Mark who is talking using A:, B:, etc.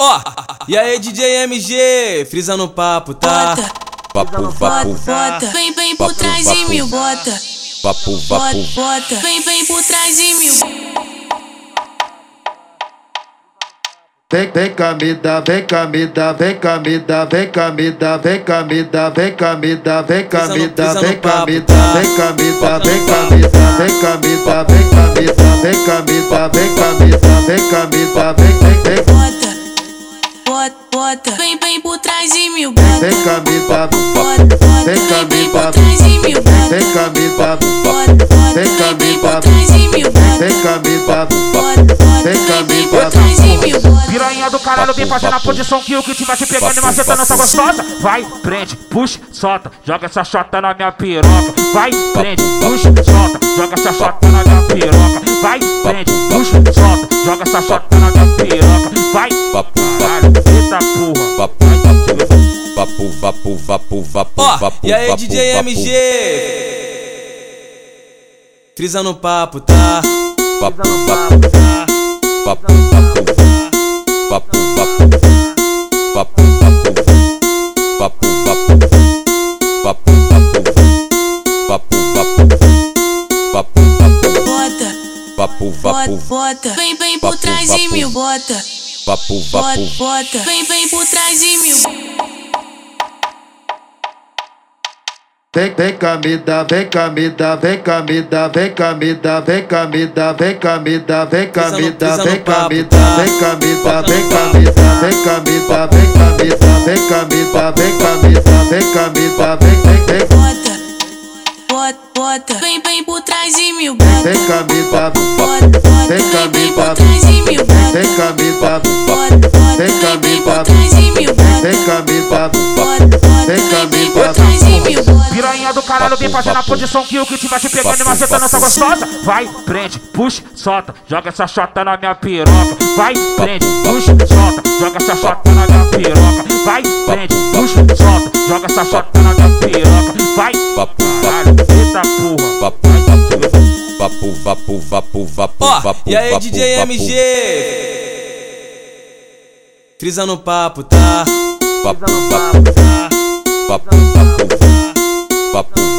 A: Ó, e aí DJ MG, frisa no papo, tá?
B: Bota,
C: Papo, vapo,
B: bota, vem, vem por
C: Papo,
B: trás de
C: papo.
B: mil, bota,
C: papo,
B: bota,
C: vapo.
B: bota, vem, vem por trás de mil.
D: Vem, vem cá me dá, vem cá me dá, vem cá me dá, vem cá me dá, vem cá me dá, vem cá me dá, vem cá me dá, vem cá me dá, vem cá me dá, vem cá me dá, vem cá me dá, vem cá me dá, vem cá me dá, vem cá me dá, vem cá me dá, vem vem vem
B: Bota, bota, bota, vem, vem por trás de mil, bota,
D: vem cá me dá,
B: bota, bota,
D: vem cá
B: vem,
D: me
B: vem por
D: dá,
B: trás de mil, bota,
D: vem cá me dá,
B: bota,
D: vem cá
B: bota, vem,
D: me
B: vem por trás de mil,
D: dá,
B: bota,
D: vem cá me dá,
B: bota, bota, vem, vem por trás de mil, bota.
E: Piranha do caralho vem fazendo a posição que o que te vai te pegando e macetando essa gostosa. Vai, prende, puxa, solta, joga essa chota na minha piroca. Vai, prende, puxa, solta, joga essa chota na minha piroca. Vai, prende, puxa, solta, joga essa chota na minha piroca. Vai,
C: Papo,
E: caralho, eita porra.
C: Papo, vapo, vapo, vapo, vapo,
A: Ó,
C: vapo,
A: e aí
C: vapo,
A: DJ
C: vapo.
A: MG, frisa no papo, tá?
C: Papo, vapo. Papo, vapo. Papo, vapo. Papo, vapo. Papo, vapo. Papo, vapo. Papo, vapo. Papo, vapo.
B: Bota,
C: Papo,
B: bota,
C: vapo.
B: bota, vem, vem por
C: Papo,
B: trás de
C: papo.
B: mil, bota,
C: Papo,
B: bota,
C: vapo.
B: bota, vem, vem por trás de mil.
D: Vem, vem cá me dá, vem cá me dá, vem cá me dá, vem cá me dá, vem cá me dá, vem cá me dá, vem cá me dá, vem cá me dá, vem cá me dá, vem cá me dá, vem cá me dá, vem cá me dá, vem cá me dá, vem cá me dá, vem cá me dá, vem vem vem
B: Bota, bota, bota, vem, vem por trás de mil, bota,
D: vem cá me dá,
B: bota, bota,
D: vem cá
B: vem,
D: me
B: vem por
D: dá,
B: trás de mil, bota,
D: vem cá me dá,
B: bota, bota,
D: vem cá
B: vem,
D: me
B: vem por
D: dá,
B: trás de mil, bota,
D: vem cá me dá,
B: bota, bota, vem, vem por trás de mil, bota.
E: Piranha do caralho vem fazendo a posição que o que te vai te pegando e macetando essa gostosa. Vai, prende, puxa, solta, joga essa chota na minha piroca. Vai, prende, puxa, solta, joga essa chota na minha piroca. Vai, prende, puxa, solta, joga essa chota na minha piroca. Vai,
C: Papo,
E: caralho, eita porra.
C: vapo, vapo, vapo, vapo, vapo,
A: Ó,
C: vapo,
A: e aí
C: vapo,
A: DJ
C: vapo.
A: MG, frisa no papo, tá?
C: Papo, vapo. Papo, vapo. Papo,